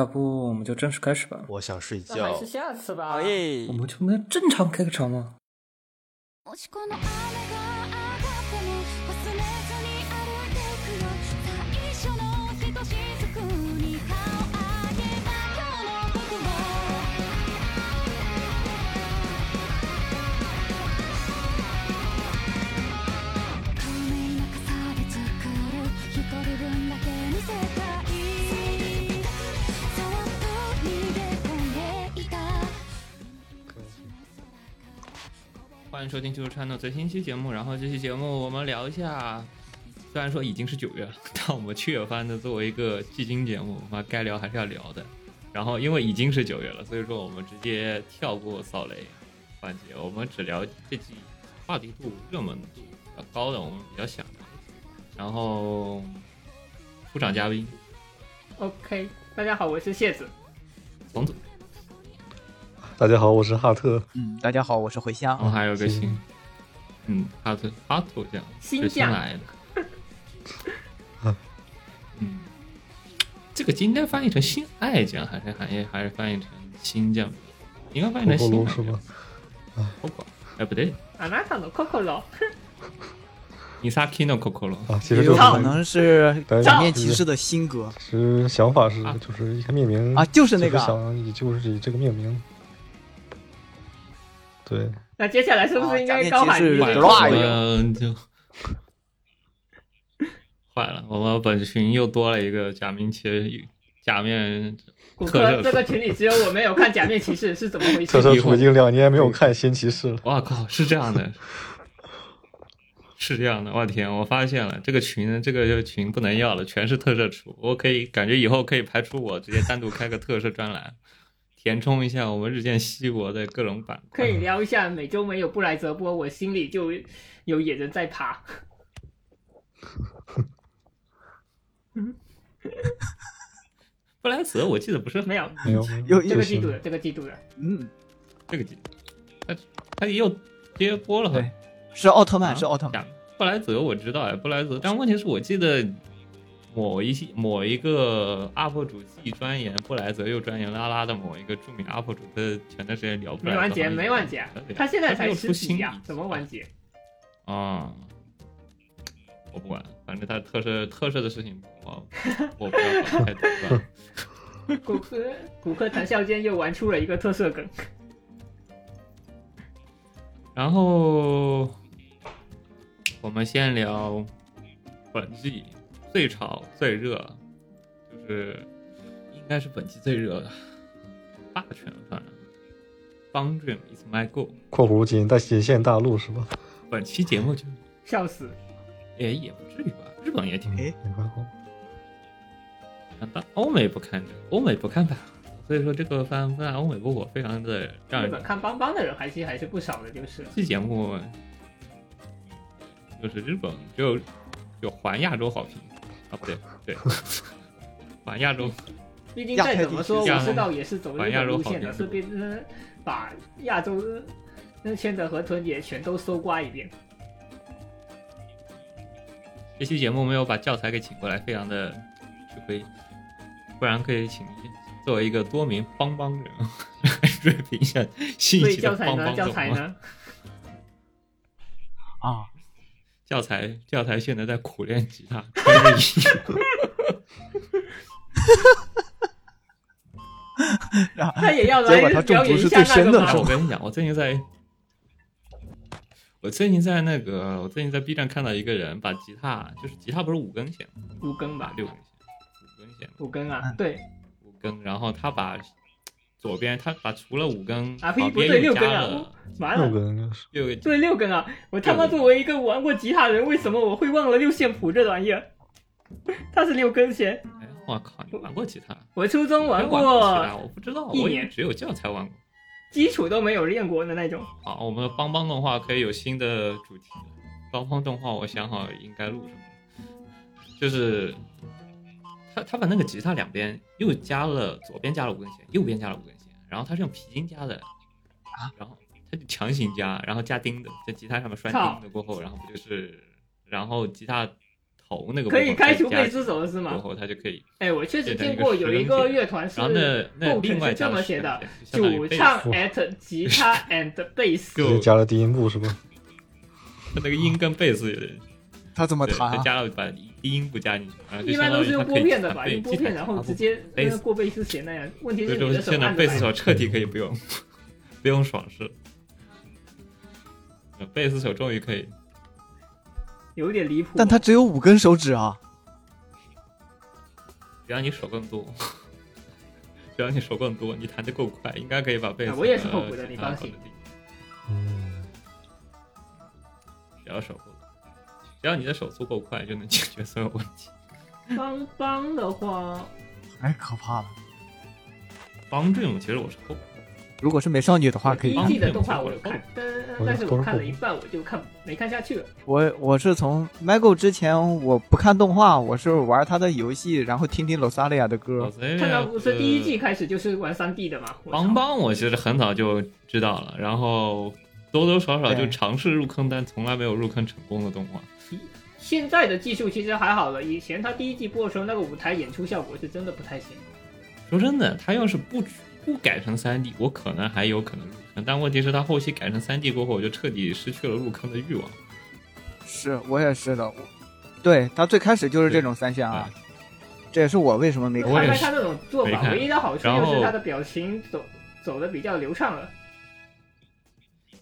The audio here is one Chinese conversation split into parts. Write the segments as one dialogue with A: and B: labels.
A: 要不我们就正式开始吧？
B: 我想睡
C: 那还
B: 觉
C: 是。下次吧。
D: 好
E: 嗯
D: 耶
A: 我！们就没有正常开个场吗？
F: 落ちこの雨が上がっても忘れずに歩いていくよ最初のひとしずくに顔上げた今日の僕を透明な傘で作る一人分だけの世界そっと逃げ込んでいた
D: 欢迎收听技术 channel 最新一期节目。然后这期节目我们聊一下，虽然说已经是九月了，但我们七月番的作为一个季经节目，我们该聊还是要聊的。然后因为已经是九月了，所以说我们直接跳过扫雷环节，我们只聊这季话题度、热门度比较高的，我们比较想聊的。然后出场嘉宾
C: OK，大家好，我是谢子。
D: 冯总，
B: 大家好，我是哈特。
G: 嗯，大家好，我是茴香
B: 哦
D: 然后还有个新，嗯，哈特哈特酱
C: 新
D: 是新
C: 酱
D: 来的。
B: 啊
D: 嗯，这个应该翻译成新爱酱，还是还是还是翻译成新酱？应该翻译成新
B: 咕噜
D: 爱
B: 是
D: 酱
B: 吗。？
D: Coco，哎，不对
C: あなたの Coco ロ，
D: ，Misaki no Coco 了。
B: 啊，其实就
G: 有
D: 哎
B: 是
G: 可能是
B: 等一下
G: 假面骑士的新歌
B: 其实想法是
D: 啊
B: 就是一个命名
G: 啊，，就是那
B: 就
G: 个
B: 是
G: 啊，
B: 想以就是以这个命名。对，
C: 那接下来是不是应该
G: 啊假
C: 高
G: 面
C: 喊
G: 骑士
C: 一
G: 对
C: 遍
G: 是吧
D: 我们就 坏了，我们本群又多了一个假面切假面
C: 骨
D: 特
C: 科
D: 热
C: 这个群里只有我没有看假面骑士是怎么回
B: 特
C: 事？
B: 摄处已经两年没有看新骑士了。
D: 哇靠，是这样的，是这样的，我天，我发现了这个群，这个群不能要了，全是特色厨，我可以感觉以后可以排除我，直接单独开个特色专栏，填充一下我们日渐稀薄的各种版
C: 可以聊一下每周没有布莱泽波，我心里就有野人在爬。
D: 布莱泽我记得不是
C: 没有，
B: 没有，
G: 有
C: 这
B: 就
C: 个季度的，
B: 是
C: 这个季度的，
G: 嗯，
D: 这个季，他他又接播了，好像
G: 对是奥特曼，
D: 啊
G: 是奥特曼，
D: 呀布莱泽我知道哎，布莱泽，但问题是我记得某一些某一个 UP 主既钻研布莱泽，又钻研拉拉的某一个著名 UP 主，他前段时间聊布莱
C: 没
D: 泽，
C: 完结，没完结。啊他现在才
D: 又出
C: 十
D: 新
C: 几
D: 一
C: 呀，怎么完结？
D: 啊？我不管，反正他特色特色的事情，我我不要管太多了。
C: 骨科骨科谈笑间又玩出了一个特色梗，
D: 然后我们先聊本季最潮最热，就是应该是本季最热的霸权犯人，Bang Dream is my goal。
B: （括弧仅但仅限大陆是吧？
D: 本期节目就
C: 笑死！
D: 也也不至于吧，日本也挺
G: 哎
B: 没看过。
D: 但欧美不看这个，欧美不看吧，所以说这个番在欧美不火，非常的
C: 日
D: 让人
C: 本看邦邦的人还是还是不少的，就是
D: 这节目就是日本就有环亚洲好评啊，不对对，环亚洲
C: 毕竟再怎么说，
D: 亚太
C: 我
D: 地区
C: 知道也是走日本路线
D: 亚
C: 的，
D: 洲
C: 顺便呃把亚洲那圈的河豚也全都搜刮一遍。
D: 这期节目没有把教材给请过来，非常的吃亏，不然可以请作为一个多名帮帮人来锐评一下新
C: 所
D: 一
C: 以
D: 期的
C: 教材
D: 帮
C: 呢，
D: 帮
C: 教材
D: 总啊。
C: 呢，
G: 啊，
D: 教材教材现在在苦练吉他，穿着衣 服
C: 他也要
G: 结
C: 来
G: 果他中
C: 表
G: 毒
C: 演一
G: 是
C: 下
G: 最
C: 那
G: 深的
C: 个
D: 然
C: 嘛
G: 是
D: 后
G: 吧
D: 我跟你讲，我最近在，我最近在那个，我最近在 B 站看到一个人把吉他，就是吉他不是五根弦吗，
C: 五根
D: 把
C: 吧，
D: 六根弦，五根弦，
C: 五根啊，
G: 嗯
C: 对
D: 五根，然后他把左边他把除了五根
C: 啊呸
D: 旁
C: 不
D: 边
C: 对
D: 又
C: 六
D: 加
C: 根啊
D: 了
C: 完
B: 六
C: 了，
B: 个应
G: 嗯
B: 该是
D: 六个
C: 对六根啊！我他妈
D: 六根
C: 作为一个玩过吉他的人，为什么我会忘了六线谱这玩意儿？它是六根弦，
D: 哎，我靠，你玩过吉他？
C: 我初中
D: 我没
C: 玩
D: 过吉
C: 过，
D: 他，我不啊知道，
C: 一
D: 我也
C: 年
D: 只有教材玩过。
C: 基础都没有练过的那种。
D: 好，啊我们的邦邦动画可以有新的主题了。邦邦动画，我想好应该录什么，就是他他把那个吉他两边又加了左边加了五根弦，右边加了五根弦，然后他是用皮筋加的，
C: 啊
D: 然后他就强行加，然后加钉的，在吉他上面拴钉的过后，然后不就是，然后吉他头那个
C: 可以
D: 部分
C: 开除
D: 加
C: 贝之手了是
D: 过
C: 吗？
D: 后，它就可以。
C: 哎，我确实
D: 变成
C: 见
D: 一个
C: 过有一个
D: 十人
C: 乐团是
D: 然后那那
C: 构
D: 另
C: 成
D: 外
C: 是
D: 加
C: 这么
D: 了
C: 写的：
D: 十人
C: 主
D: 就相当于贝
G: 哦
D: 斯
C: 唱 at 吉他 and bass。
B: 直接加了低音部是吧？
D: 它那个音跟贝斯有点，
G: 他怎么
D: 对，
G: 弹
D: 它
G: 啊？
D: 加了把低音不加进去，然后就
C: 一般
D: 相当
C: 都
D: 于
C: 是用
D: 它
C: 拨
D: 可以
C: 片的
D: 弹
C: 吧，
D: 贝
C: 用拨
D: 吉他
C: 片然后直接
D: 贝斯
C: 跟过贝斯弦那样。问题
D: 所
C: 是
D: 以
C: 你
D: 说
C: 的手
D: 现在
C: 按
D: 贝
C: 着
D: 斯
C: 来。
D: 手彻底可以不用， 不用爽式。呃贝斯手终于可以，
C: 有点离谱。
G: 但他只有五根手指啊！
D: 只要你手更多， 只要你手更多，你弹的够快，应该可以把贝斯、
C: 啊我也是后补的
D: 呃
C: 你放心。
B: 嗯，
D: 只要手够多，只要你的手速够快，就能解决所有问题。
C: 邦邦的话，
G: 太哎可怕了。
D: 帮这种其实我是后补，
G: 如果是美少女的话，可
C: 第
G: 以
C: 一
D: 帮
C: 季的动画我有
D: 帮
C: 看，但
B: 我
C: 但是
B: 都
C: 我
B: 是
C: 看
B: 后
C: 了一
B: 补
C: 半我就看没看下去了。
G: 我我是从 Michael 之前我不看动画，我是玩他的游戏，然后听听 Rosalia 的歌。
D: 所以
C: 看到是
D: 呃
C: 第一季开始就是玩三 D 的嘛。我
D: 邦邦我其实很早就知道了，然后多多少少就
G: 对
D: 尝试入坑，但从来没有入坑成功的动画。
C: 现在的技术其实还好了，以前他第一季播的时候那个舞台演出效果是真的不太行。
D: 说真的，他要是不不改成三 D，我可能还有可能入坑，但问题是他后期改成三 D 过后，我就彻底失去了入坑的欲望。
G: 是我也是的，我对他最开始就是这种三线啊，这也是我为什么没
D: 我
C: 大
G: 看
D: 也
C: 概
D: 是。
C: 他那种做
D: 没
C: 法，
D: 看
C: 唯一的好处
D: 然
C: 就
D: 后
C: 是他的表情走走的比较流畅了。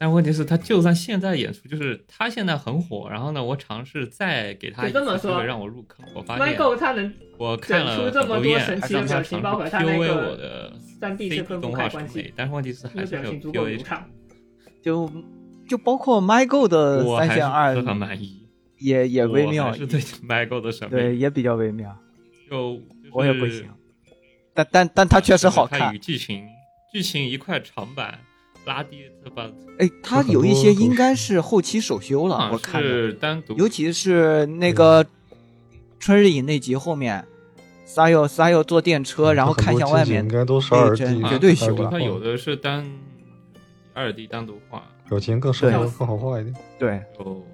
D: 但问题是，他就算现在演出，就是他现在很火，然后呢，我尝试再给他一
C: 就这么
D: 次机
C: 说
D: 会让我入坑，我发现
C: Michael 他能
D: 我看了很多遍，还是他尝试 PUA 我的
C: 3D 是分不
D: 动
C: 开
D: 画审
C: 关系
D: 美，但是问题是
C: 那
D: 还
C: 个
D: 是没
C: 表
D: 有
C: 情足够流
D: PUA
C: 畅，
G: 就就包括 Michael 的
D: 我
G: 三
D: 还是
G: 线二
D: 不是很满意。
G: 也也微
D: 我
G: 妙
D: 还，是对 Michael 的审
G: 对
D: 美
G: 也比较微妙，
D: 就就是
G: 我也不行，。但但但他确实好
D: 它
G: 看
D: 与，剧情剧情一块长板拉低，它把
G: 哎，他有一些应该是后期首修了，我
D: 好像
G: 看着，
D: 啊是嗯单独
G: 尤其是那个春日影那集后面，撒友撒友坐电车，然后看向外面
B: 应，该都是二 D，
G: 对
D: 啊
G: 绝对
B: 二
G: 修
B: D
G: 了
D: 它
B: 化
D: 有的是单二 D 单独画，
B: 表情更生
G: 对
B: 活更好画一点。
G: 对，
D: 就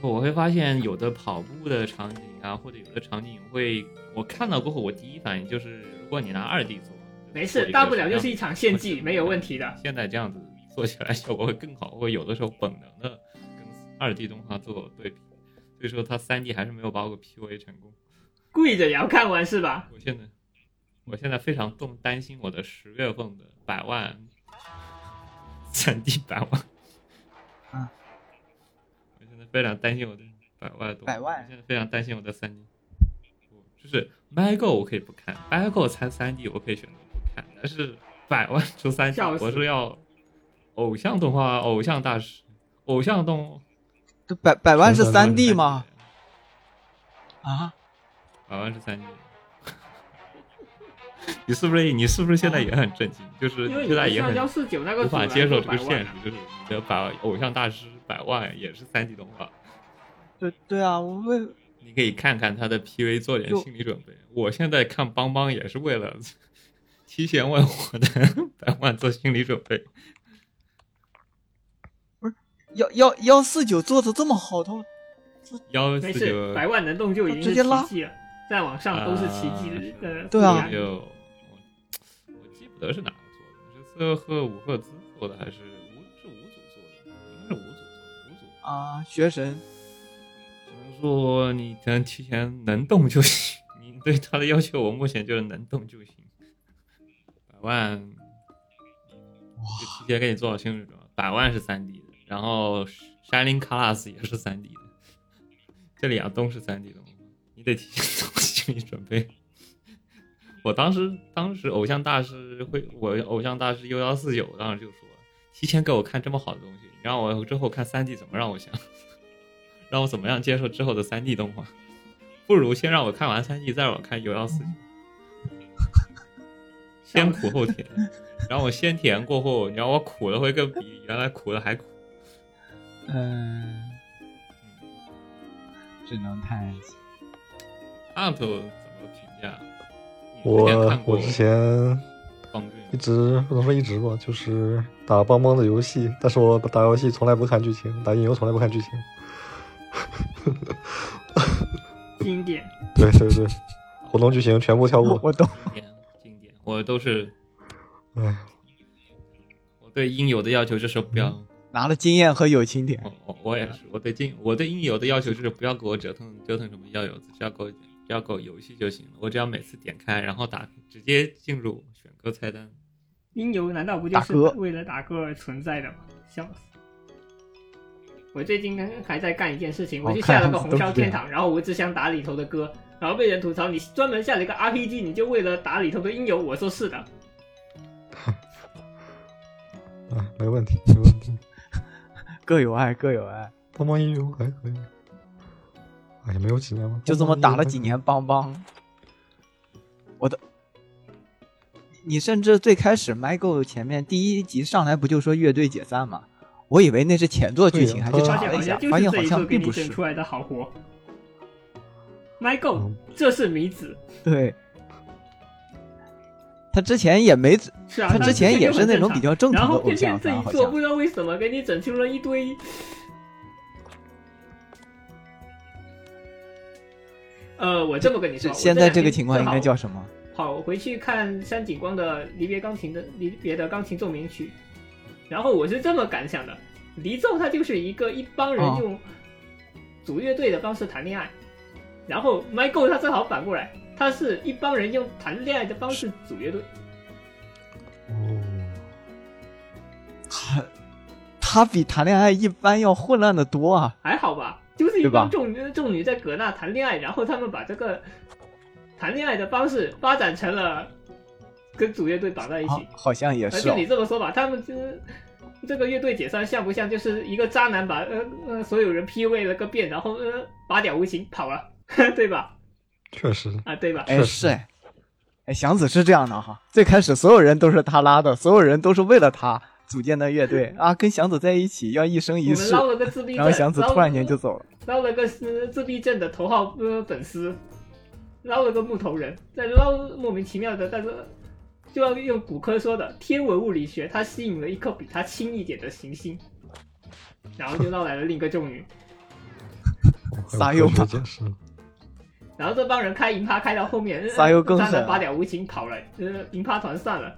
D: 我会发现有的跑步的场景啊，或者有的场景会，我看到过后，我第一反应就是，如果你拿二 D 做，
C: 没
D: 做
C: 事
D: 一，个
C: 大不了
D: 什么
C: 就
D: 样
C: 是一
D: 的
C: 场献祭，
D: 我
C: 没有问题的。
D: 现在这样子做起来效果会更好，会有的时候本能的跟二 D 动画做对比，所以说它三 D 还是没有把我 PUA 成功。
C: 跪着也要看完是吧？
D: 我现在我现在非常动担心我的十月份的百万三 D 百万
G: 啊，
D: 我现在非常担心我的百万多
G: 百万
D: 我现在非常担心我的三 D，就是 MyGo 我可以不看，MyGo 才三 D 我可以选择不看，但是百万出三 D
C: 笑死
D: 我是要偶像动画、偶像大师、偶像动
G: 这百百万是
B: 全
G: 三
B: 三 D
G: D 吗？？啊，
D: 百万是三 D。你是不是你是不是现在也很震惊？就是
C: 因为有
D: 你现在
C: 的
D: 也
C: 像
D: 很
C: 幺四九那个
D: 无
C: 组
D: 法
C: 来
D: 接受
C: 做百
D: 这个现
C: 万
D: 实，，就是你的百偶像大师百万也是三 D 动画，
G: 对对啊，我为
D: 你可以看看他的 PV 做点
G: 就
D: 心理准备。我现在看邦邦也是为了提前为我的百万做心理准备。
G: 幺幺幺四九做的这么好，他
D: 幺
C: 没
D: 四
C: 事，
D: 九
C: 百万能动就已经
G: 直
C: 是
G: 接拉
C: 奇迹了，再往上都是奇迹的
D: 啊。
C: 呃，
G: 对啊
C: 必然
D: 就我我记不得是哪个做的，是赫赫伍赫兹做的还是吴是吴组做的？应该是吴组做的，吴组。
G: 啊，学神
D: 只能说你能提前能动就行。你对他的要求，我目前就是能动就行。百万，就提前给你做好心理准备。百万是三 D 的，然后山林卡拉斯也是三 D 的，这两东是三 D 的，你得提前做好心理准备。我当时，当时偶像大师会，我偶像大师幺幺四九当时就说了，提前给我看这么好的东西，你让我之后看三 D 怎么让我想？让我怎么样接受之后的三 D 动画？不如先让我看完三 D，再让我看幺幺四九，先苦后甜，然后我先甜过后，你让我苦的会更比原来苦的还苦。
G: 嗯，
D: 嗯
G: 只能叹息。
D: UP 怎么评价？你之前
B: 我
D: 看过
B: 我之前
D: 帮助
B: 一直不能说一直吧，就是打邦邦的游戏，但是我打游戏从来不看剧情，打音游从来不看剧情。
C: 经典。
B: 对对对，活动剧情全部跳过。
G: 我懂。
D: 经典经典，我都是
B: 哎，
D: 我对应有的要求就是不
B: 嗯
D: 要，
G: 拿了经验和友情点，
D: 我哦我我也是，我对应我对应有的要求就是不要给我折腾折腾什么要有，只要给我只要给我游戏就行了，我只要每次点开然后打直接进入选歌菜单。
C: 音游难道不就是
G: 打嗝
C: 为了打歌而存在的吗？笑死！我最近还在干一件事情，我
G: 好
C: 就下了
G: 哦看
C: 个
G: 都
C: 红
G: 是
C: 烧
G: 这
C: 天
G: 样
C: 堂，然后我只想打里头的歌，然后被人吐槽你专门下了一个 RPG，你就为了打里头的音游？我说是的，
B: 啊，没问题，没问题。
G: 各有爱，各有爱。
B: 帮帮英雄还可以。哎，也没有几年吧，
G: 就这么打了几
B: 年。
G: 年邦邦。我的，你甚至最开始 Michael 前面第一集上来不就说乐队解散吗？我以为那是前作剧
B: 对
G: 情，
B: 呀
G: 还去
B: 他
G: 查
C: 发现
G: 了
C: 好
G: 一下
C: 像，就
G: 发
C: 是
G: 现
C: 这
G: 好
C: 一作
G: 像
C: 给
G: 并
C: 你
G: 不
C: 整
G: 是。
C: 出来的好活。Michael，
B: 嗯
C: 这是米子，
G: 对，他之前也没，
C: 是啊，
G: 他
C: 那
G: 之前
C: 这
G: 也
C: 就是很
G: 那种
C: 正
G: 比较正
C: 常然
G: 常的
C: 后
G: 偶
C: 偏偏
G: 像
C: 这
G: 番，
C: 一
G: 好
C: 作
G: 像
C: 不知道为什么给你整出了一堆。呃，我这么跟你说，
G: 是现在这个
C: 我
G: 情况应该
C: 正好
G: 叫什么？
C: 跑回去看山井光的《离别钢琴的离别的钢琴奏鸣曲》，然后我是这么感想的：离奏它就是一个一帮人
G: 哦
C: 用组乐队的方式谈恋爱，然后 Michael 他正好反过来，他是一帮人用谈恋爱的方式组乐队。
B: 哦，
G: 他他比谈恋爱一般要混乱的多啊！
C: 还好吧，就是一
G: 对
C: 帮
G: 吧
C: 众女众女在葛纳谈恋爱，然后他们把这个谈恋爱的方式发展成了跟主乐队绑在一
G: 好
C: 起。，
G: 好像也
C: 而
G: 是
C: 且
G: 哦
C: 你这么说吧，他们就是这个乐队解散像不像就是一个渣男把呃呃所有人 PUA 了个遍，然后呃拔屌无情跑了， 对吧？
B: 确实，
C: 啊，对吧？
G: 哎，
B: 确
G: 是
B: 实
G: 哎，哎，祥子是这样的哈，最开始所有人都是他拉的，所有人都是为了他组建的乐 队啊，跟祥子在一起要一生
C: 我
G: 一
C: 们
G: 世，
C: 捞了个自闭症，
G: 然后祥子
C: 捞
G: 突然间就走了，
C: 捞了个呃自闭症的头号呃粉丝，捞了个木头人，再捞莫名其妙的，但是就要用骨科说的天文物理学，它吸引了一颗比它轻一点的行星，然后就捞来了另一个众女，
G: 撒悠吧
B: 这件事，
C: 然后这帮人开银趴开到后面，呃
G: 撒
C: 又
G: 悠更狠啊
C: 八点无情跑了，呃，银趴团散了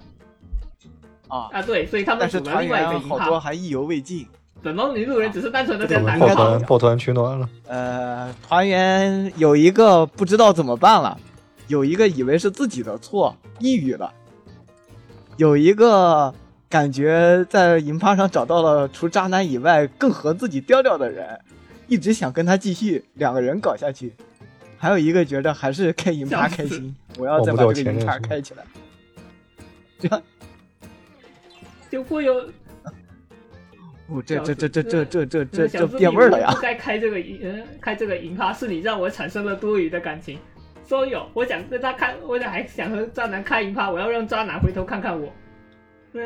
G: 啊
C: 啊，对，所以他们
G: 但是
C: 组了
G: 团
C: 另外一个
G: 员
C: 银
G: 好多
C: 趴，
G: 还意犹未尽。
C: 本猫女路人只是单纯的
G: 这个
C: 想
G: 我们
C: 打个
B: 嗯抱
C: 炮
B: 团。抱团取暖了，
G: 呃，团员有一个不知道怎么办了，有一个以为是自己的错，抑郁了；有一个感觉在银趴上找到了除渣男以外更合自己调调的人，一直想跟他继续两个人搞下去；还有一个觉得还是开银趴开心，我要再把这个银趴开起来。这样，
C: 就会有
G: 哦，这这这这这这这这
C: 想
G: 这
C: 说
G: 变味儿了
C: 你
G: 呀
C: 不！该开这个银、呃开这个银趴，是你让我产生了多余的感情。所有，我想跟他开，我想还想和渣男开银趴，我要让渣男回头看看我。嗯，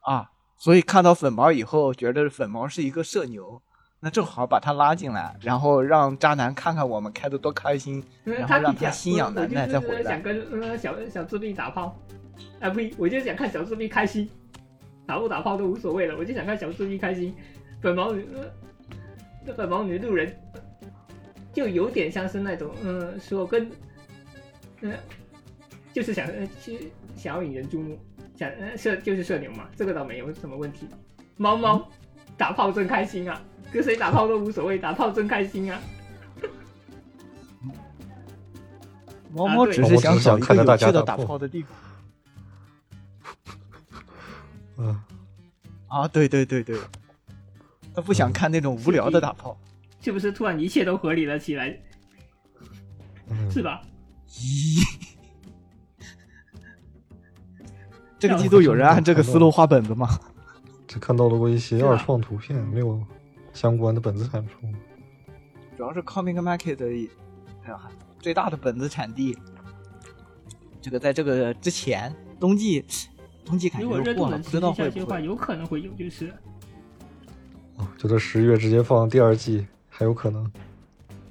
G: 啊，所以看到粉毛以后，觉得粉毛是一个社牛，那正好把他拉进来，然后让渣男看看我们开的多开心，
C: 嗯
G: 然后
C: 他
G: 让
C: 比较
G: 他心痒难耐再回
C: 我就是
G: 来
C: 想。跟呃小小自闭打炮，啊呸，我就想看小自闭开心，打不打炮都无所谓了，我就想看小自闭开心。粉毛女，呃这、粉毛女路人就有点像是那种，嗯、说跟，嗯、就是想呃去想要引人注目，想呃社就是社牛嘛，这个倒没有什么问题。猫
G: 嗯
C: 猫打炮真开心啊，跟谁打炮都无所谓，打炮真开心啊。
G: 猫
C: 啊
G: 猫
C: 对
G: 只是想找一个有趣的打炮的地方
B: 嗯，
G: 啊！对对对对，他不想看那种无聊的打炮。
C: 是不是突然一切都合理了起来？
B: 嗯
C: 是吧？
G: 咦，这个季度有人按这个思路画本子吗？
B: 只看到了过一些
C: 是吧
B: 二创图片，没有相关的本子产出。
G: 主要是 Comic Market 的啊最大的本子产地。这个在这个之前，冬季冬季感
C: 如果
G: 觉
C: 热
G: 就哎过
C: 度
G: 了，
C: 能
G: 不
C: 持
G: 知道
C: 续
G: 会
C: 下去
G: 不
C: 的话，
G: 会。
C: 有可能会有，就是
B: 哦，觉得十月直接放第二季还有可能。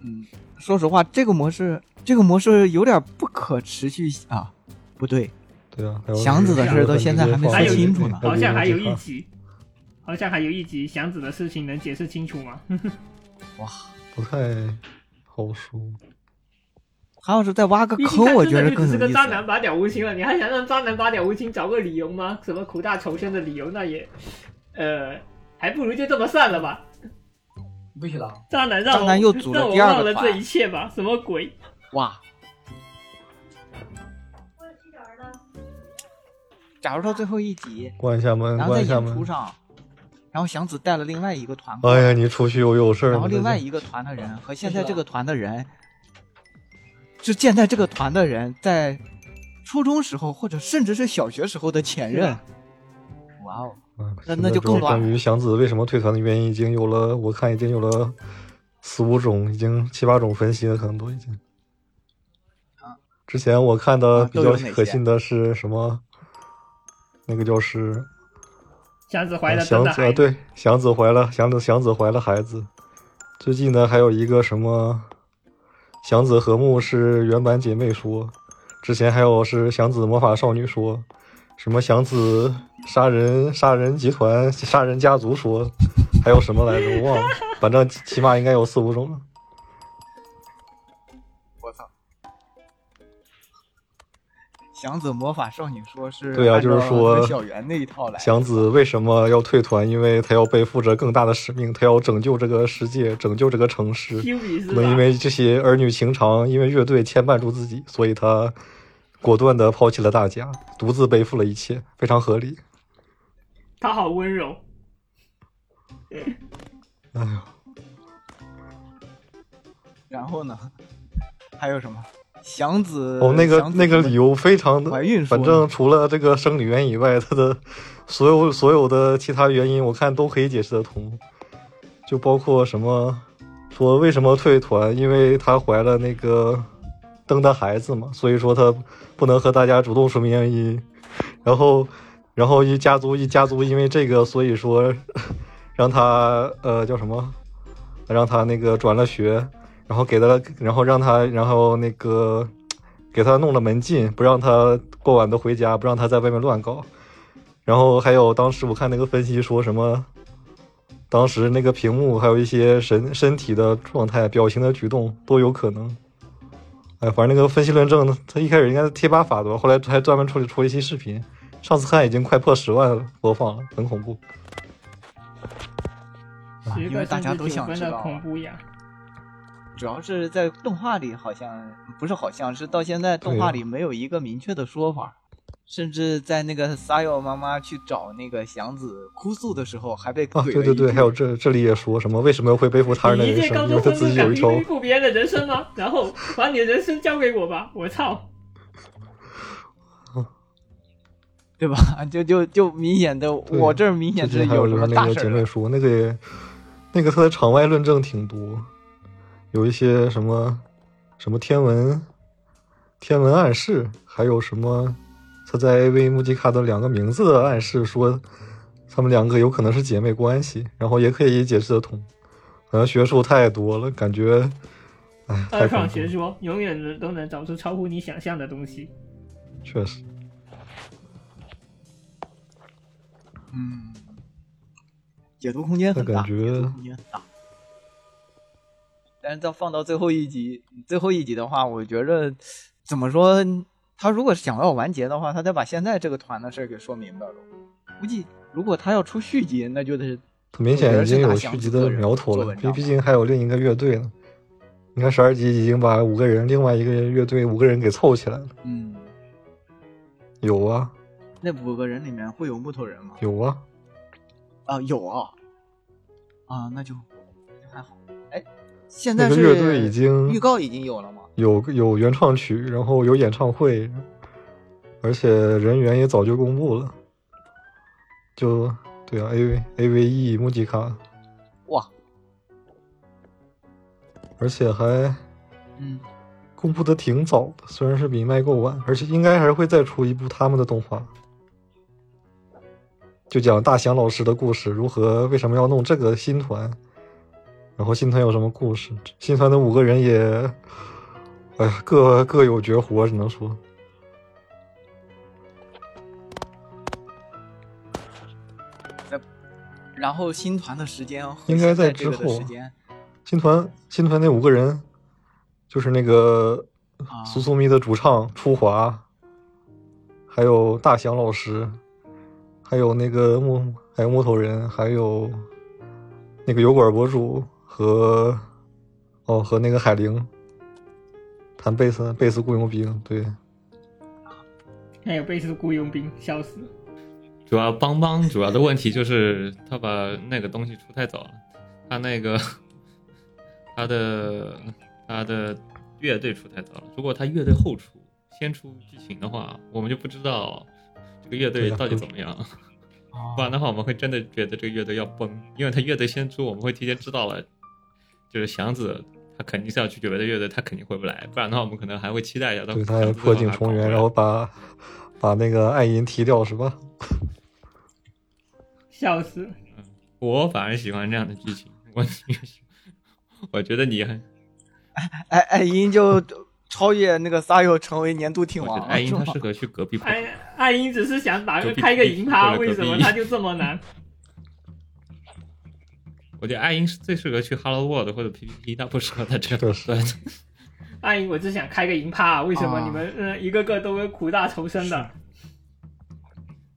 G: 嗯，说实话，这个模式这个模式有点不可持续啊，不对，
B: 对啊，还有
G: 祥子的事儿到现在还没
C: 说清
G: 楚呢
C: 好像还有一集，好像还有一集祥子的事情能解释清楚吗？
B: 不太好说。
G: 还要是再挖个
C: 毕竟
G: 坑，
C: 他
G: 我
C: 真
G: 觉
C: 的
G: 得
C: 就
G: 更
C: 只是
G: 有
C: 个
G: 意
C: 渣
G: 思。
C: 男拔屌无情了，你还想让渣男拔屌无情找个理由吗？什么苦大仇深的理由？那也，呃，还不如就这么散了吧。
E: 不行了，
C: 渣男让
G: 渣
C: 我
G: 男又组
C: 让
G: 了
C: 我
G: 第二
C: 忘
G: 个
C: 了这一
G: 团，
C: 切吧，什么鬼？
G: 哇！ 假如到最后一集，
B: 关一下门，
G: 然后在
B: 关一下
G: 沿途
B: 门。
G: 上，然后祥子带了另外一个团过来
B: 哎呀，你出去又有事儿了。
G: 然后另外
B: 这
G: 一个团的人和现在这个团的人，就现在这个团的人在初中时候或者甚至是小学时候的前任，哇哦，
B: 是啊
G: 那
B: 现
G: 那
B: 在
G: 就
B: 这种
G: 更乱
B: 关于祥子为什么退团的原因，已经有了，我看已经有了四五种，已经七八种分析了，可能都已经。之前我看的
G: 啊
B: 比
G: 都
B: 较
G: 有哪些
B: 可信的是什么？那个就是
C: 祥子怀了真
B: 祥
C: 的
B: 子啊，
C: 孩子，
B: 对，祥子怀了祥子，祥子怀了孩子。最近呢，还有一个什么，祥子和睦是原版姐妹说，之前还有是祥子魔法少女说，什么祥子杀人杀人集团杀人家族说，还有什么来着？我忘了，反正起起码应该有四五种了。
G: 我操！祥子魔法少女说是
B: 对啊
G: 按照
B: 就是说
G: 和小圆那一套来，
B: 祥子为什么要退团？因为他要背负着更大的使命，他要拯救这个世界，拯救这个城市。
C: 修比是
B: 不能因
C: 吧？
B: 为这些儿女情长，因为乐队牵绊住自己，所以他果断的抛弃了大家，独自背负了一切，非常合理。
C: 他好温柔，
B: 哎呀，
G: 然后呢， 还有什么？祥子
B: 哦，那个
G: 祥子
B: 那个理由非常的
G: 怀孕，说
B: 反
G: 呢
B: 正除了这个生理原因以外，他的所有所有的其他原因，我看都可以解释得通，就包括什么说为什么退团，因为她怀了那个灯的孩子嘛，所以说她不能和大家主动说明原因。然后，然后一家族一家族因为这个，所以说 让他呃叫什么，让他那个转了学，然后给他，然后让他，然后那个给他弄了门禁，不让他过晚都回家，不让他在外面乱搞。然后还有当时我看那个分析说什么。当时那个屏幕还有一些身身体的状态、表情的举动都有可能。哎，反正那个分析论证呢，他一开始应该是贴吧发的吧，后来还专门出了出了一期视频，上次看已经快破十万了播放了，很恐怖。
C: 十
G: 啊因为
C: 个
G: 大
C: 甚
G: 家
C: 至
G: 都
C: 九
G: 想
C: 分
G: 知
C: 的
G: 道啊
C: 恐怖呀！
G: 主要是在动画里，好像不是好像是到现在动画里没有一个明确的说法，甚至在那个撒友妈妈去找那个祥子哭诉的时候，还被怼
B: 啊，
G: 了一
B: 对对对，
G: 句
B: 还有这这里也说什么为什么会背负他人的
C: 你一
B: 人
C: 介高
B: 生，因为
C: 中
B: 他
C: 生
B: 自
C: 就
B: 己有
C: 敢
B: 一
C: 去背。
B: 仇
C: 负别人的人生吗？然后把你的人生交给我吧，我操！
G: 对吧？就就就明显的，
B: 对
G: 我这儿明显
B: 最
G: 是
B: 近还有
G: 什
B: 就
G: 么
B: 是那
G: 大
B: 个
G: 事
B: 姐
G: 儿
B: 妹
G: 了。
B: 说，那个也那个他的场外论证挺多，有一些什么什么天文天文暗示，还有什么他在 AV 木吉卡的两个名字的暗示，说他们两个有可能是姐妹关系，然后也可以解释得通。好像学术太多了，感觉哎，太
C: 二
B: 恐
C: 创
B: 怖
C: 学
B: 了，
C: 说永远能都能找出超乎你想象的东西。
B: 确实。
G: 嗯，解读空间很大，
B: 那感觉
G: 解读空间很大。但是到放到最后一集，最后一集的话，我觉着怎么说，他如果想要完结的话，他得把现在这个团的事儿给说明白了。估计如果他要出续集，那就得
B: 很明显已经有续集的苗头了，因为毕竟还有另一个乐队呢。你看十二集已经把五个人，另外一个乐队五个人给凑起来了。
G: 嗯，
B: 有啊，
G: 那五个人里面会有木头人吗？
B: 有啊，
G: 啊，有啊，啊，那就还好。哎，现在
B: 那个
G: 是
B: 乐队已经
G: 预告已经有了吗？
B: 有有原创曲，然后有演唱会，而且人员也早就公布了。就对啊，A V A V E 木吉卡，
G: 哇，
B: 而且还
G: 嗯，
B: 公布的挺早的，虽然是比麦购晚，而且应该还会再出一部他们的动画，就讲大祥老师的故事，如何为什么要弄这个新团，然后新团有什么故事，新团的五个人也，哎呀，各各有绝活，只能说，
G: 然后新团的时间和
B: 应该
G: 现在
B: 在
G: 这个
B: 之
G: 的
B: 后
G: 时间
B: 新团新团那五个人，就是那个
G: 啊
B: 苏苏咪的主唱初华，还有大祥老师，还有那个木，还有木头人，还有那个油管博主和哦和那个海玲，弹贝斯贝斯雇佣兵，对，
C: 还有贝斯雇佣兵，笑死！
D: 主要邦邦主要的问题就是他把那个东西出太早了，他那个 他的 他的乐队出太早了。如果他乐队后出，先出剧情的话，我们就不知道这个乐队
B: 对啊
D: 到底怎么样。
E: 啊
D: 不然的话，我们会真的觉得这个乐队要崩，因为他乐队先出，我们会提前知道了，就是祥子他肯定是要去别的乐队，他肯定回不来。不然的话，我们可能还会期待一下。
B: 对
D: 他
B: 他破镜
D: 嗯
B: 重圆，然后把把那个爱银踢掉是吧？
C: 笑死！
D: 我反而喜欢这样的剧情， 我我觉得你很，
G: 哎哎，音就超越那个撒友成为年度挺
D: 我觉
G: 王
D: 得爱
G: 了，
D: 英
G: 是
D: 他
G: 吗？
D: 适合去隔壁
C: 艾艾因只是想打
D: 隔
C: 个
D: 壁
C: 开个银趴，
D: 隔壁
C: 为什么他就这么难？
D: 我觉得爱英是最适合去 Hello World 或者 PPT，他不适合在这
B: 确
D: 个
B: 实
D: 段
C: 艾因我只想开个银趴，为什么
G: 啊
C: 你们嗯一个个都是苦大仇深的？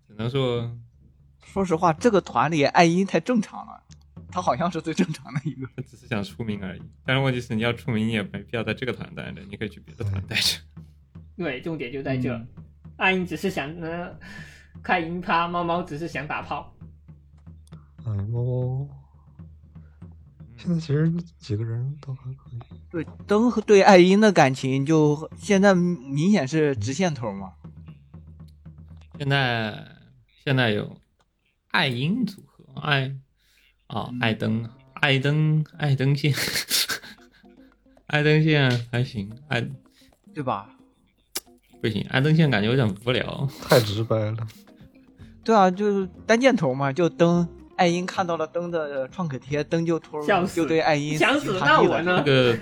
D: 只能说
G: 说实话，这个团里爱音太正常了，他好像是最正常的一个。
D: 他只是想出名而已。但是问题是，你要出名，你也没必要在这个团待着，你可以去别的团待着。
C: 对，重点就在这。
B: 嗯
C: 艾因只是想呃开银趴，猫猫只是想打炮。
B: 哎，猫猫，现在其实几个人都还可以。
G: 对灯和对爱音的感情就现在明显是直线头嘛。
D: 现在现在有爱英组合，爱啊、艾
B: 嗯
D: 登，艾登，艾登线， 艾登线还行，艾
G: 对吧？
D: 不行，艾登线感觉有点无聊。
B: 太直白了，
G: 对啊，就是单箭头嘛，就灯。爱音看到了灯的创可贴，灯就突
C: 笑
G: 然
C: 死
G: 就对爱音
C: 想
G: 死
C: 死
G: 心
C: 那
G: 塌地
C: 我
G: 了
D: 这
C: 呢？
D: 个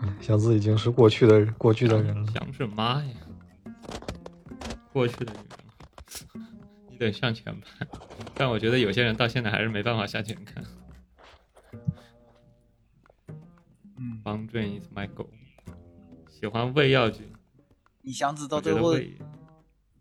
B: 哎祥子已经是过去的过去的人了。
D: 想是妈呀，过去的女人，你得向前看。但我觉得有些人到现在还是没办法向前看。
G: 嗯
D: 方俊 is my goal，喜欢胃药菌，
G: 你祥子到
D: 我觉
G: 最
D: 得
G: 后
D: 胃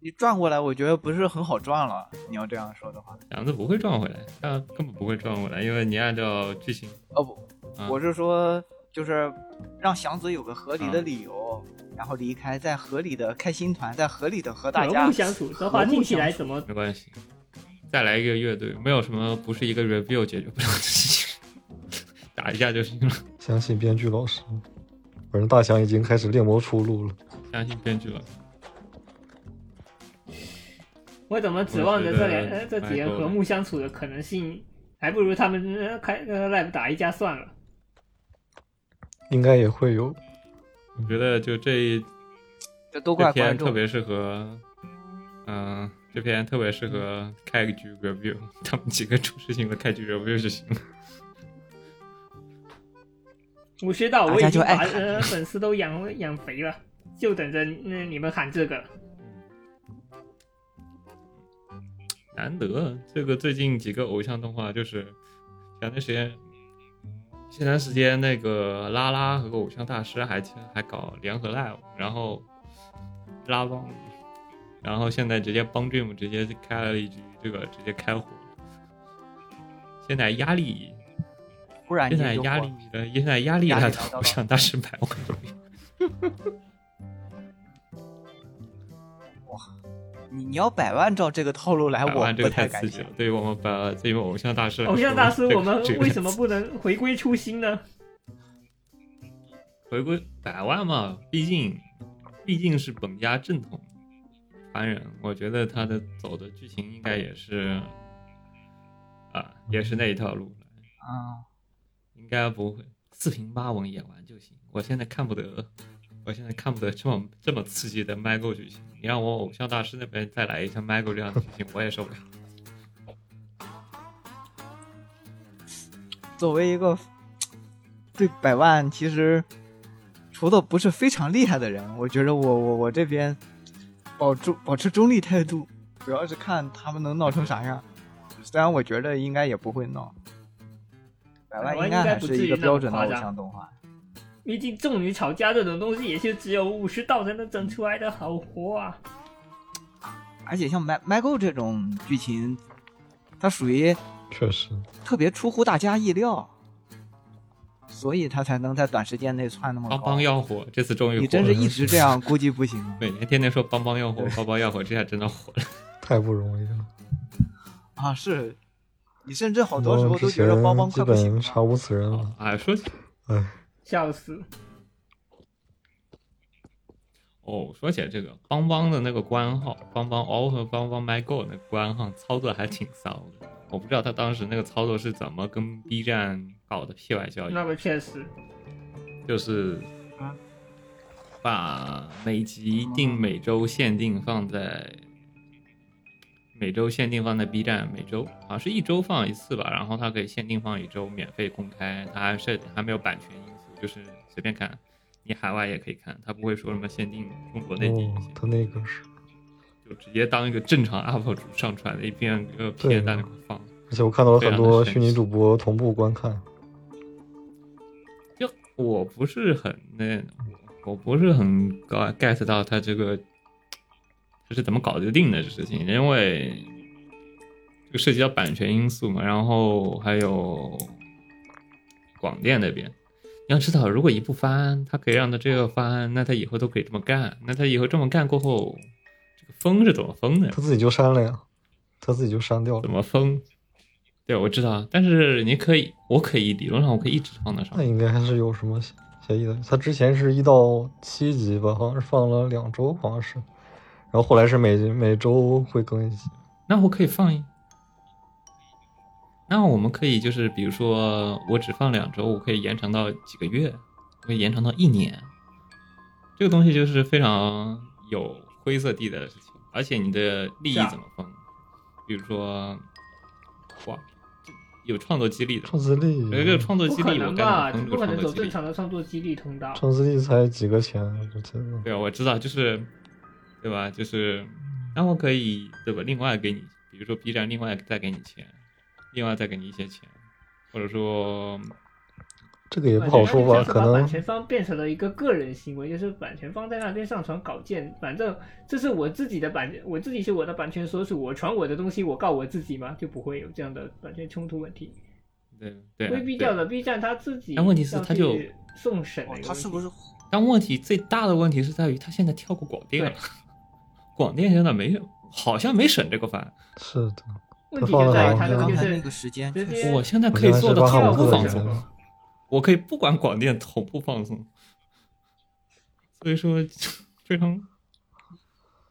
G: 你转过来，我觉得不是很好转了。你要这样说的话，
D: 两子不会转回来，他根本不会转回来，因为你按照剧情，
G: 哦不，
D: 啊、
G: 我是说，就是让祥子有个合理的理由，
D: 嗯
G: 然后离开，在合理的开心团，在合理的和大
C: 和
G: 家
C: 睦相处，这话听起来怎么
D: 没关系，再来一个乐队，没有什么不是一个 review 解决不了的事情， 打一架就行了。
B: 相信编剧老师，反正大祥已经开始另谋出路了。
D: 相信编剧了。
C: 我怎么指望着这两
D: 我觉得
C: 呃这几
D: 蛮
C: 人
D: 够的
C: 和睦相处的可能性，还不如他们呃开呃 live 打一架算了。
B: 应该也会有。
D: 我觉得就这一
G: 这都怪观
D: 这篇特
G: 众。
D: 别适合，嗯、这篇特别适合开一局 review，他们几个主事情的开局 review 就行了。
C: 我知道，
G: 大
C: 我
G: 家
C: 已经
G: 就爱
C: 把
G: 看
C: 呃 粉丝都养养肥了，就等着那你们喊这 个了。
D: 难得这个最近几个偶像动画，就是前段时间，前段时间那个拉拉和偶像大师还还搞联合 live，然后拉帮，然后现在直接帮 dream 直接开了一局，这个直接开火。现在压力，
G: 突然
D: 现
G: 间
D: 在
G: 就
D: 压
G: 火
D: 力，呃，现在压力
G: 压力
D: 来
G: 来
D: 到
G: 到
D: 偶
G: 了
D: 像大师排位。
G: 你你要百万照这个套路来，
D: 百
G: 哎我
D: 万这
G: 不
D: 个
G: 太
D: 太
G: 敢
D: 刺激
G: 信
D: 了。，对于我们把对于偶像大师来说，
C: 偶像大师，
D: 这个
C: 我们
D: 这个
C: 为什么不能回归初心呢？
D: 回归百万嘛？毕竟毕竟是本家正统传人，我觉得他的走的剧情应该也是啊，也是那一套路，
G: 啊！
D: 应该不会四平八稳演完就行。我现在看不得，我现在看不得这么这么刺激的 Michael 剧情，你让我偶像大师那边再来一下 Michael 这样的剧情，我也受不了。
G: 作为一个对百万其实除了不是非常厉害的人，我觉得我我我这边保住保持中立态度，主要是看他们能闹成啥样。虽然我觉得应该也不会闹，百
C: 百
G: 万
C: 万
G: 应
C: 应该
G: 还
C: 不
G: 是
C: 至
G: 一个
C: 于那
G: 标
C: 么
G: 准的
C: 夸
G: 偶
C: 张
G: 像动画。
C: 毕竟众女吵架这种东西也是只有武士道才能整出来的好活啊。
G: 而且像 My Michael 这种剧情，它属于
B: 确实，
G: 特别出乎大家意料，所以它才能在短时间内窜那么
D: 邦
G: 高
D: 邦。要火，这次终于火了。
G: 嗯你真是一直这 样，估计不行啊。
D: 每年天天说邦邦要火，邦邦要火，这下真的火了。
B: 太不容易了。
G: 啊，是你甚至好
B: 很
G: 多时候都觉得邦邦
B: 基
G: 快不行
B: 本
G: 了。
B: 查无此人
G: 嗯
B: 了。
D: 啊，说起
B: 哎，
C: 笑死！
D: 哦，说起来这个邦邦的那个官号，邦邦 all 和邦邦 my go 那个官号操作还挺骚的。我不知道他当时那个操作是怎么跟 B 站搞的 P Y 效应
C: 那，个确实，
D: 就是
G: 啊
D: 把每集定每周限定放在每周限定放在 B 站，每周好像是一周放一次吧，然后它可以限定放一周，免费公开，它还是还没有版权因素，就是随便看，你海外也可以看，它不会说什么限定中国内地，
B: 哦，他那个是，
D: 就直接当一个正常 UP 主上传的一篇一个
B: 对
D: 片在那块放。
B: 而且我看到了
D: 非
B: 很
D: 常
B: 多
D: 的神
B: 虚拟
D: 奇
B: 主播同步观看。
D: 就我不是很那，我不是很搞 get 到他这个这是怎么搞得定的这事情，因为这个涉及到版权因素嘛，然后还有广电那边。你要知道，如果一部番它可以让他这个番，那他以后都可以这么干。那他以后这么干过后，这个风是怎么封的？
B: 他自己就删了呀，他自己就删掉
D: 怎
B: 了。
D: 么封？对，我知道啊，但是你可以，我可以理论上我可以一直放得上
B: 那。应该还是有什么协协议的。他之前是一到七集吧，好像是放了两周，好像是，然后后来是每每周会更一集。
D: 那我可以放一，那我们可以就是比如说我只放两周，我可以延长到几个月，我可以延长到一年。这个东西就是非常有灰色地带的事情，而且你的利益
C: 是啊
D: 怎么分？比如说，哇，有创作激励的，
B: 创自力
D: 有一个创作
C: 不
D: 激
C: 可
D: 励，我
C: 能
D: 该
C: 吧？
D: 怎
C: 你
D: 么分
C: 不
D: 这
C: 可能走
D: 个创作激
C: 正
D: 励？
C: 常的创作激励通道。
B: 创自力才几个钱，我记得。
D: 对啊，我知道，就是，对吧？就是，然后可以，对吧？另外给你，比如说 B 站，另外再给你钱，另外再给你一些钱，或者说，
B: 这个也不好说吧，
C: 感觉
B: 可
C: 他就像是把
B: 能
C: 版权方变成了一个个人行为，就是版权方在那边上传稿件，反正这是我自己的版，我自己是我的版权所属，我传我的东西，我告我自己嘛，就不会有这样的版权冲突问题。
D: 对对、啊，
C: 规避
D: 对
C: 掉了 B 站他自己，
D: 但问题是他就哦
C: 送审的一
G: 哦
C: 个问题、
G: 他是不是
D: 但问题最大的问题是在于，他现在跳过广电了，广电现在没有，好像没审这个番。
B: 是的。
C: 问题就
D: 啊
C: 在于他
B: 对
C: 的
B: 放
G: 刚
C: 就
G: 才那
C: 是
G: 个时间
C: 直
G: 确
C: 接
G: 实
D: 我现在可以做的
B: 我觉
D: 同
B: 得
D: 步放
B: 是八号
D: 松
B: 不够，
D: 我可以不管广电同步放松，所以说 非常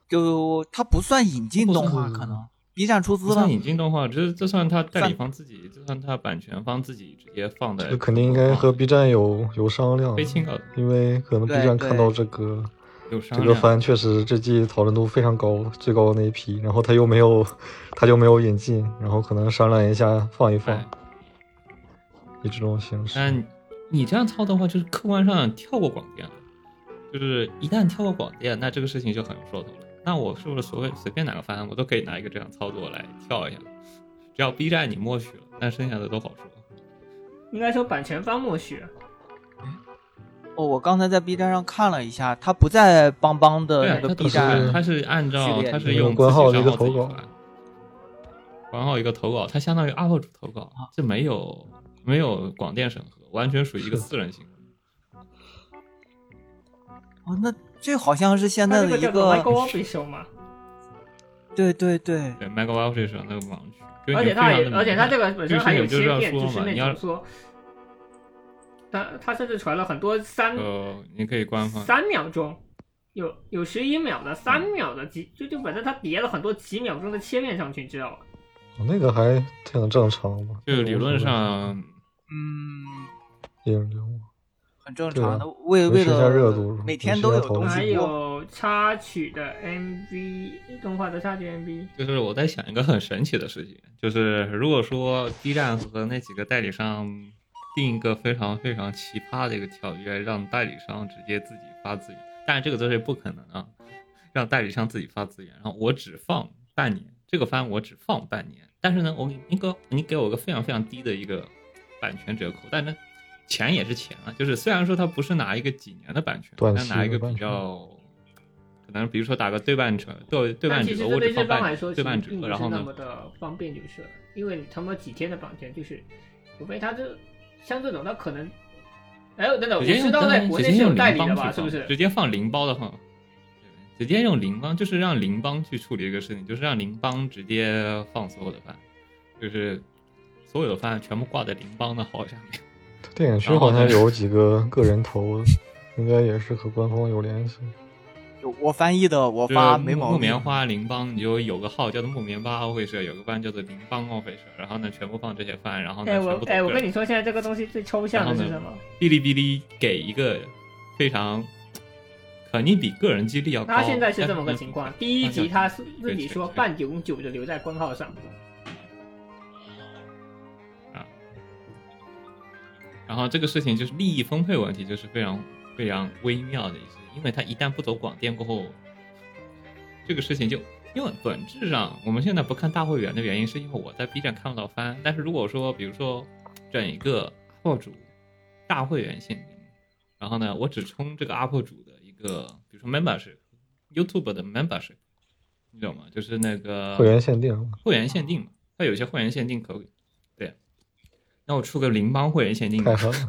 G: 就它不算引进动画，
B: 不算
G: 可能 B 站出
D: 不
G: 资了
D: 算。引进动画，这这算他代理
G: 算
D: 方自己，这算他版权方自己直接放的
B: 这，肯定应该和 B 站有有商量
D: 被，清稿的
B: 因为可能 B
G: 对
B: 站
G: 对
B: 看到这个
D: 有
B: 这
D: 商
B: 个
D: 量。
B: 番确实这季讨论度非常高，最高的那一批，然后他又没有他就没有引进，然后可能商量一下放一放，
D: 哎
B: 以这种形式。
D: 但你这样操的话，就是客观上跳过广电了，就是一旦跳过广电，那这个事情就很有说头了。那我是不是所谓随便哪个番，我都可以拿一个这样操作来跳一下？只要 B 站你默许了，那剩下的都好说。
C: 应该说版权方默许，啊
G: 哦，我刚才在 B 站上看了一下，它不在邦邦的
D: 对啊
G: 那，
D: 它
G: 个
D: 不
G: B
D: 是
G: 站，
D: 它是按照
G: 序列
D: 它是
B: 里
D: 用
B: 面官号
D: 自己
B: 一个
D: 账号自己
B: 投稿
D: 发，官号一个投稿，它相当于 UP 主投稿，这没有没有广电审核，完全属于一个私人行为。
G: 哦，那这好像是现在
C: 他
G: 的
C: 这个
G: 一
C: 叫做 Michael
G: 个，
C: Official 嘛，
G: 对对对，
D: 对 m e g a w a t 上那个盲区，就
C: 而
D: 你
C: 且他
D: 非
C: 也
D: 常，地
C: 而且他
D: 明
C: 这
D: 白
C: 个本身
D: 就是
C: 还
D: 你
C: 有
D: 就是
C: 切
D: 要
C: 片，
D: 说
C: 就
D: 嘛
C: 是那
D: 你要
C: 种说，他他甚至传了很多三
D: 呃，你可以官方
C: 三秒钟，有有十一秒的、三秒的几，就就反正他叠了很多几秒钟的切面上去，你知道吧？
B: 哦那个还挺正常吧？
D: 就理论上，
G: 嗯，
B: 引流
G: 很正
B: 对啊
G: 常的，为
B: 维
G: 为
B: 持一下
G: 了
B: 热度
G: 每
B: 维持
G: 天
B: 一
G: 都
B: 下
G: 有
B: 讨
G: 东
B: 论
C: 还
G: 西播，
C: 有插曲的 MV，动画的插曲 MV，
D: 就是我在想一个很神奇的事情，就是如果说 B 站和那几个代理商定一个非常非常奇葩的一个条约，让代理商直接自己发资源，但是这个都是不可能啊，让代理商自己发资源，然后我只放半年，这个番我只放半年，但是呢，我给你给我你给我个非常非常低的一个版权折扣，但是钱也是钱啊，就是虽然说它不是拿一个几年的版权，
B: 短
D: 但
B: 期
D: 拿一
B: 的
D: 个
B: 版
D: 比
B: 权
D: 较。可能比如说打个对半折，对对
C: 但
D: 半
C: 其实
D: 折，
C: 这
D: 或
C: 对
D: 者
C: 日
D: 放
C: 方来
D: 半
C: 说，
D: 对
C: 其实
D: 半折
C: 并，不
D: 然
C: 是
D: 后
C: 那
D: 呢
C: 么，的方便留社，因为他们几天的版权就是，除非他这像这种，他可能，哎，等等，我
D: 直接
C: 知
D: 用
C: 道在
D: 单
C: 国
D: 直
C: 内
D: 接
C: 是有
D: 用
C: 代
D: 邻
C: 理的
D: 邦
C: 吧？
D: 去
C: 是不
D: 放，
C: 是？
D: 直接放邻邦的话，直接用邻邦就是让邻邦去处理这个事情，就是让邻邦直接放所有的饭，就是所有的饭全部挂在邻邦的号上面。
B: 电影区好像有几个 个人投，应该也是和官方有联系。
G: 有我翻译的，我
D: 就是
G: 发
D: 木
G: 没毛
D: 木
G: 病
D: 棉。花邻邦，你就有个号叫做木棉花 officer，有个班叫做邻邦 officer，然后呢全部放这些饭，然后呢
C: 哎，
D: 全
C: 我
D: 部
C: 哎，我
D: 走
C: 跟
D: 人
C: 你说，现在这个东西最抽象的是什么？
D: 哔哩哔哩给一个非常肯定比个人激励要高。
C: 他现在是
D: 但嗯
C: 这么个
D: 呢
C: 情况，第一集他是自己说半永久的留在官号上，
D: 然后这个事情就是利益分配问题，就是非常非常微妙的一事，因为它一旦不走广电过后，这个事情就因为本质上我们现在不看大会员的原因，是因为我在 B 站看不到番。但是如果说比如说整一个 UP 主大会员限定，然后呢，我只充这个 UP 主的一个，比如说 membership YouTube 的 membership，你懂吗？就是那个
B: 会员限定，
D: 会员限定嘛，它有些会员限定可以，对。那我出个邻邦会员限定吧，
B: 太狠 了！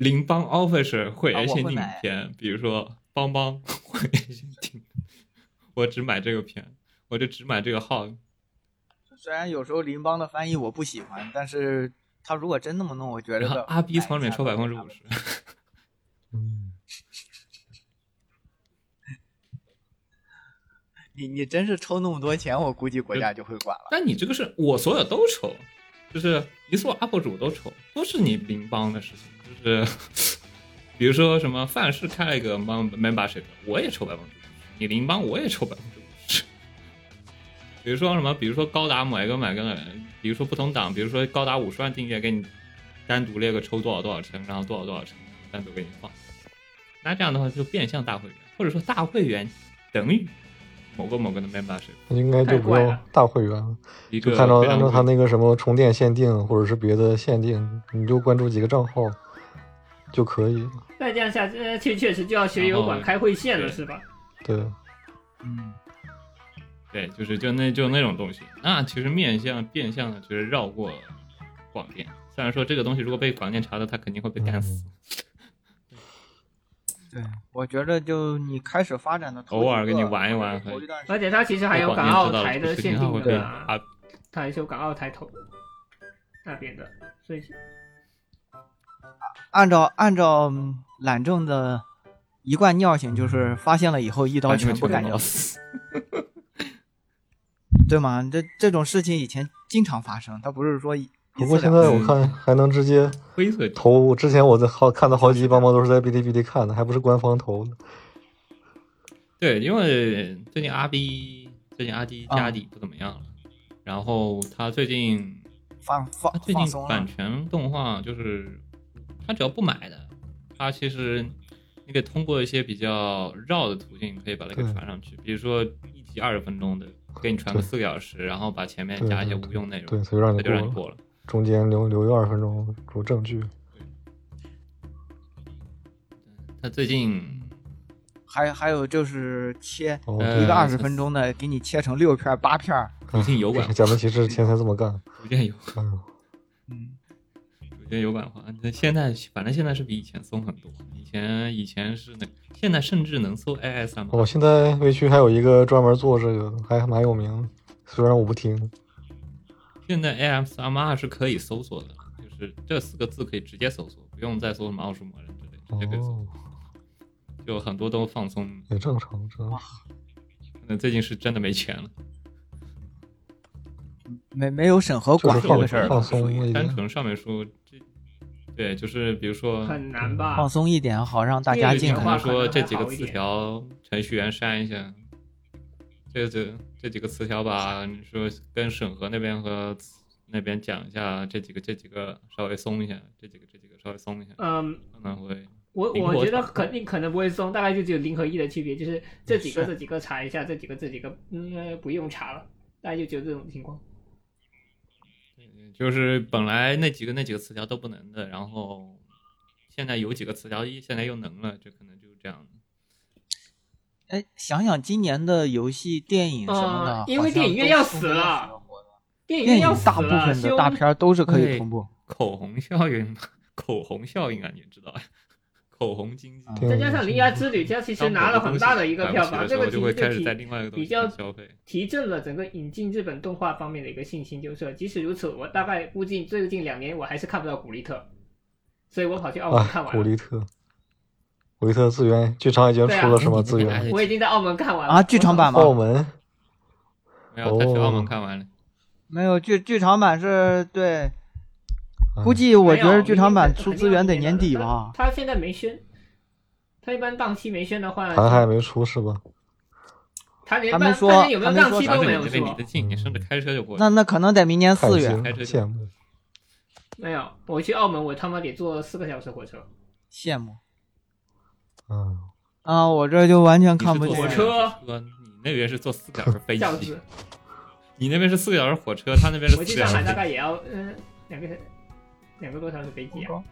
D: 邻邦 officer 会员限定
G: 啊我会
D: 片，比如说邦邦会员限定， 我只买这个片，我就只买这个号。
G: 虽然有时候邻邦的翻译我不喜欢，但是他如果真那么弄，我觉
D: 然后
G: 得
D: 阿 B 从里面抽百分之五
G: 十。
D: 十，
B: 嗯，
G: 你你真是抽那么多钱，我估计国家就会管了。
D: 但你这个是我所有都抽，就是一所 UP 主都抽，都是你邻邦的事情，就是比如说什么范式开了一个 mem- membership，我也抽百分之五十，你邻邦我也抽百分之五十。比如说什么，比如说高达某一个某一个人，比如说不同党，比如说高达五十万订阅，给你单独列个抽多少多少成，然后多少多少成，单独给你放。那这样的话就变相大会员，或者说大会员等于某个某个的 membership，
B: 应该就
C: 太
B: 不
C: 怪
B: 用
C: 了
B: 大会员了，
D: 一
B: 就
D: 个
B: 按照
D: 非常
B: 按照
D: 稳
B: 他那个什么充电限定或者是别的限定，你就关注几个账号就可以了。
C: 再这样下去，呃确确实就要学油管开会线
D: 哦
C: 了，是吧？
B: 对，
G: 嗯，
D: 对，就是就那就那种东西。那其实面向变相的，就是绕过广电。虽然说这个东西如果被广电查到，他肯定会被干死。
G: 嗯对，我觉得就你开始发展的头一
D: 偶尔给你
G: 个
D: 玩一玩
G: 头一段时间
C: 而且他其实还
D: 被
C: 有
D: 广
C: 港
D: 电
C: 澳
D: 哦知道
C: 台
D: 了，
C: 的
D: 这
C: 限
D: 肯定
C: 定
D: 会
C: 的
D: 被
C: 啊，
D: 啊，
C: 他还是有港澳台投那边的，所以
G: 按照按照嗯懒政的一贯尿性，就是发现了以后一刀
D: 完全
G: 全部干
D: 全
G: 掉
D: 搞，死。
G: 对吗？这这种事情以前经常发生，它不是说一一
B: 不过
G: 次
B: 现
G: 两
B: 在
G: 次。
D: 嗯
B: 我看还能直接
D: 灰色地
B: 投，之前我在好看的好几帮帮都是在哔哩哔哩看的，还不是官方投的。
D: 哎对，因为最近阿 B 最近阿 D
G: 啊
D: 家里不怎么样了，然后他最近
G: 放放
D: 啊他最
G: 放
D: 近
G: 松了
D: 版，权动画就是，他只要不买的，他其实你可以通过一些比较绕的途径，可以把它给
B: 对
D: 传上去。比如说一集二十分钟的，给你传个
B: 对
D: 四个小时，然后把前面
B: 对
D: 加一些
B: 对
D: 无用内容，
B: 对，他就让
D: 他
B: 你
D: 哎就让你
B: 过了，
D: 过了。
B: 中间留留一二十分钟主证据。
D: 他最近
G: 还还有就是切
B: 哦，
D: 呃
G: 一个二十分钟的，给你切成六片儿八片儿，
B: 啊
D: 逐渐 油管
B: 假面骑士天才这么干，
D: 逐渐有
B: 哎呦，
G: 嗯，
D: 逐渐有版化。那现在反正现在是比以前松很多，以前以前是那现在甚至能搜 AS 上
B: 哦，现在微区还有一个专门做这个的，还蛮有名的。虽然我不听，
D: 现在 ASMR 是可以搜索的，就是这四个字可以直接搜索，不用再搜什么奥数魔人之类的，直接可以搜索。
B: 哦，
D: 就很多都放松。
B: 也正常，正常。
D: 那最近是真的没钱了，
G: 没没有审核管
B: 就是
G: 这
B: 放
G: 个事儿
B: 放
G: 了，
B: 松
G: 属于
B: 一
D: 单
B: 点，
D: 纯上面说，这对，就是比如说，
C: 很难吧？
G: 放松一点，嗯好让大
C: 因
G: 家
C: 为
G: 尽
C: 讲
G: 可
C: 话
G: 能
D: 他
C: 可能
D: 说
C: 还
D: 这几个
C: 好一
D: 词
C: 点
D: 条程序员删一下，这这这几个词条吧，你说跟审核那边和那边讲一下，这几个这几个稍微松一下，这几个这几个稍微松一下，
C: 嗯，
D: 可能会
C: 我
D: 灵活嗯
C: 我觉得
D: 程度
C: 肯定可能不会松，大概就只有零和一的区别，就是这几个
G: 是
C: 这几个呃查一下，这几个这几个嗯不用查了，大概就只有这种情况。
D: 嗯就是本来那几个那几个词条都不能的，然后现在有几个词条现在又能了，这可能就是这样的。
G: 哎，想想今年的游戏、电影什么的，
C: 啊
G: 好
C: 因为
G: 像
C: 电影院
G: 都
C: 要
G: 是
C: 死了，电影
G: 电
C: 院要
G: 影
C: 死
G: 大部
C: 了
G: 分的
C: 兄
G: 大片儿都是可以
D: 对
G: 同步。
D: 口红效应嘛，口红效应啊，你知道呀？口红经济，
G: 啊
B: 对
G: 嗯
C: 再加上《铃芽之旅》，它其实拿了很大的一个票
D: 当
C: 房，
D: 我
C: 这
D: 的东
C: 个
D: 西买
C: 其实
D: 不起的时候就会开始
C: 提
D: 在另外一个东
C: 比
D: 西
C: 较
D: 上消费。
C: 提振了整个引进日本动画方面的一个信心，就是即使如此，我大概估计最近两年我还是看不到古力特，所以我跑去澳门看
B: 啊，
C: 完
B: 古
C: 了，
B: 力特，古力特资源剧场已经出了
C: 对啊
B: 什么资
D: 哎
B: 源？
C: 我已经在澳门看完了
G: 啊剧场版吗
B: 澳门
D: 没有，他去澳门
B: 哦
D: 看完了。
G: 没有剧剧场版是对，
B: 嗯
G: 估计我
C: 没
G: 觉
C: 有
G: 得剧场版
C: 明年
G: 出资源得年底
C: 肯定
G: 吧
C: 要明年的。他他现在没宣，他一般档期没宣的话，
B: 还还没出是吧？
C: 他连
G: 还没
C: 档
G: 说
C: 他连有没有
G: 还没说
C: 档期
G: 啥
D: 而
C: 都没
D: 且你
C: 有
D: 那个离
C: 说
D: 得，近，你甚至开车就过去。
G: 嗯那那可能得明年
B: 太
G: 四
B: 羡
G: 月，
B: 慕羡慕。
C: 没有。我去澳门，我他妈得坐四个小时火车，
G: 羡慕
B: 嗯，
G: 啊！我这就完全
D: 你
G: 看
D: 是
G: 不
D: 坐
G: 见
C: 火
D: 四
C: 车
D: 个小时车，你那边是坐四个小时 飞
C: 这样
D: 机
C: 子，。
D: 你那边是四个小时火车，他那边是
C: 我
D: 四
C: 去
D: 个小
C: 上
D: 时
C: 海大
D: 飞
C: 概
D: 机。
C: 也要嗯两个两个多小时飞机啊。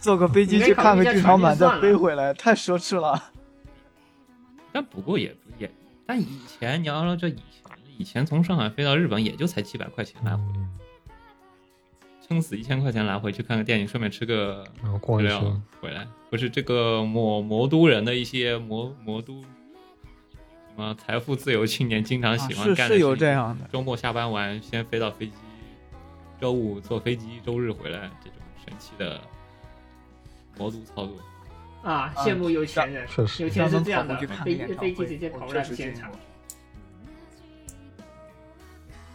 G: 坐个飞机去看个剧场版，再飞回来，太奢侈了。
D: 但不过也不也，但以前你要说这以前，以前从上海飞到日本也就才几百块钱
C: 哎
D: 来回，
B: 嗯
D: 撑死一千块钱来回去看个电影，顺便吃个
B: 然后逛
D: 资
B: 一
D: 料
B: 圈，
D: 回来。不是这个魔魔都人的一些魔魔都什么财富自由青年经常喜欢
G: 啊是
D: 干的、
G: 是有这，样的，
D: 周末下班完先飞到飞机，周五坐飞机，周日回来这种神奇的魔都操作。
C: 啊，羡慕有钱人，
B: 确实
C: 有钱人是这样
G: 专门
C: 的
G: 跑过去，看个演
C: 飞
G: 唱
C: 飞机
G: 会
C: 直接，
G: 我
C: 投
G: 确
C: 入
G: 实
C: 现
G: 见
C: 场
G: 过。。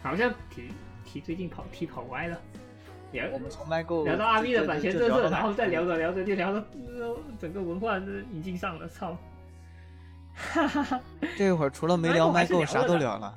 C: 好像题题最近跑题跑歪了，聊
G: 我们从来购
C: 聊到阿 V 的版权政策，然后再聊
G: 到
C: 着聊着就聊到、呃整个文化的引进上了，操！哈哈哈，
G: 这会儿，除了没
C: 哎
G: 聊
C: 我还
G: 麦
C: 是
G: 购，
C: 聊
G: 啥
C: 了
G: 都
C: 的
G: 聊了。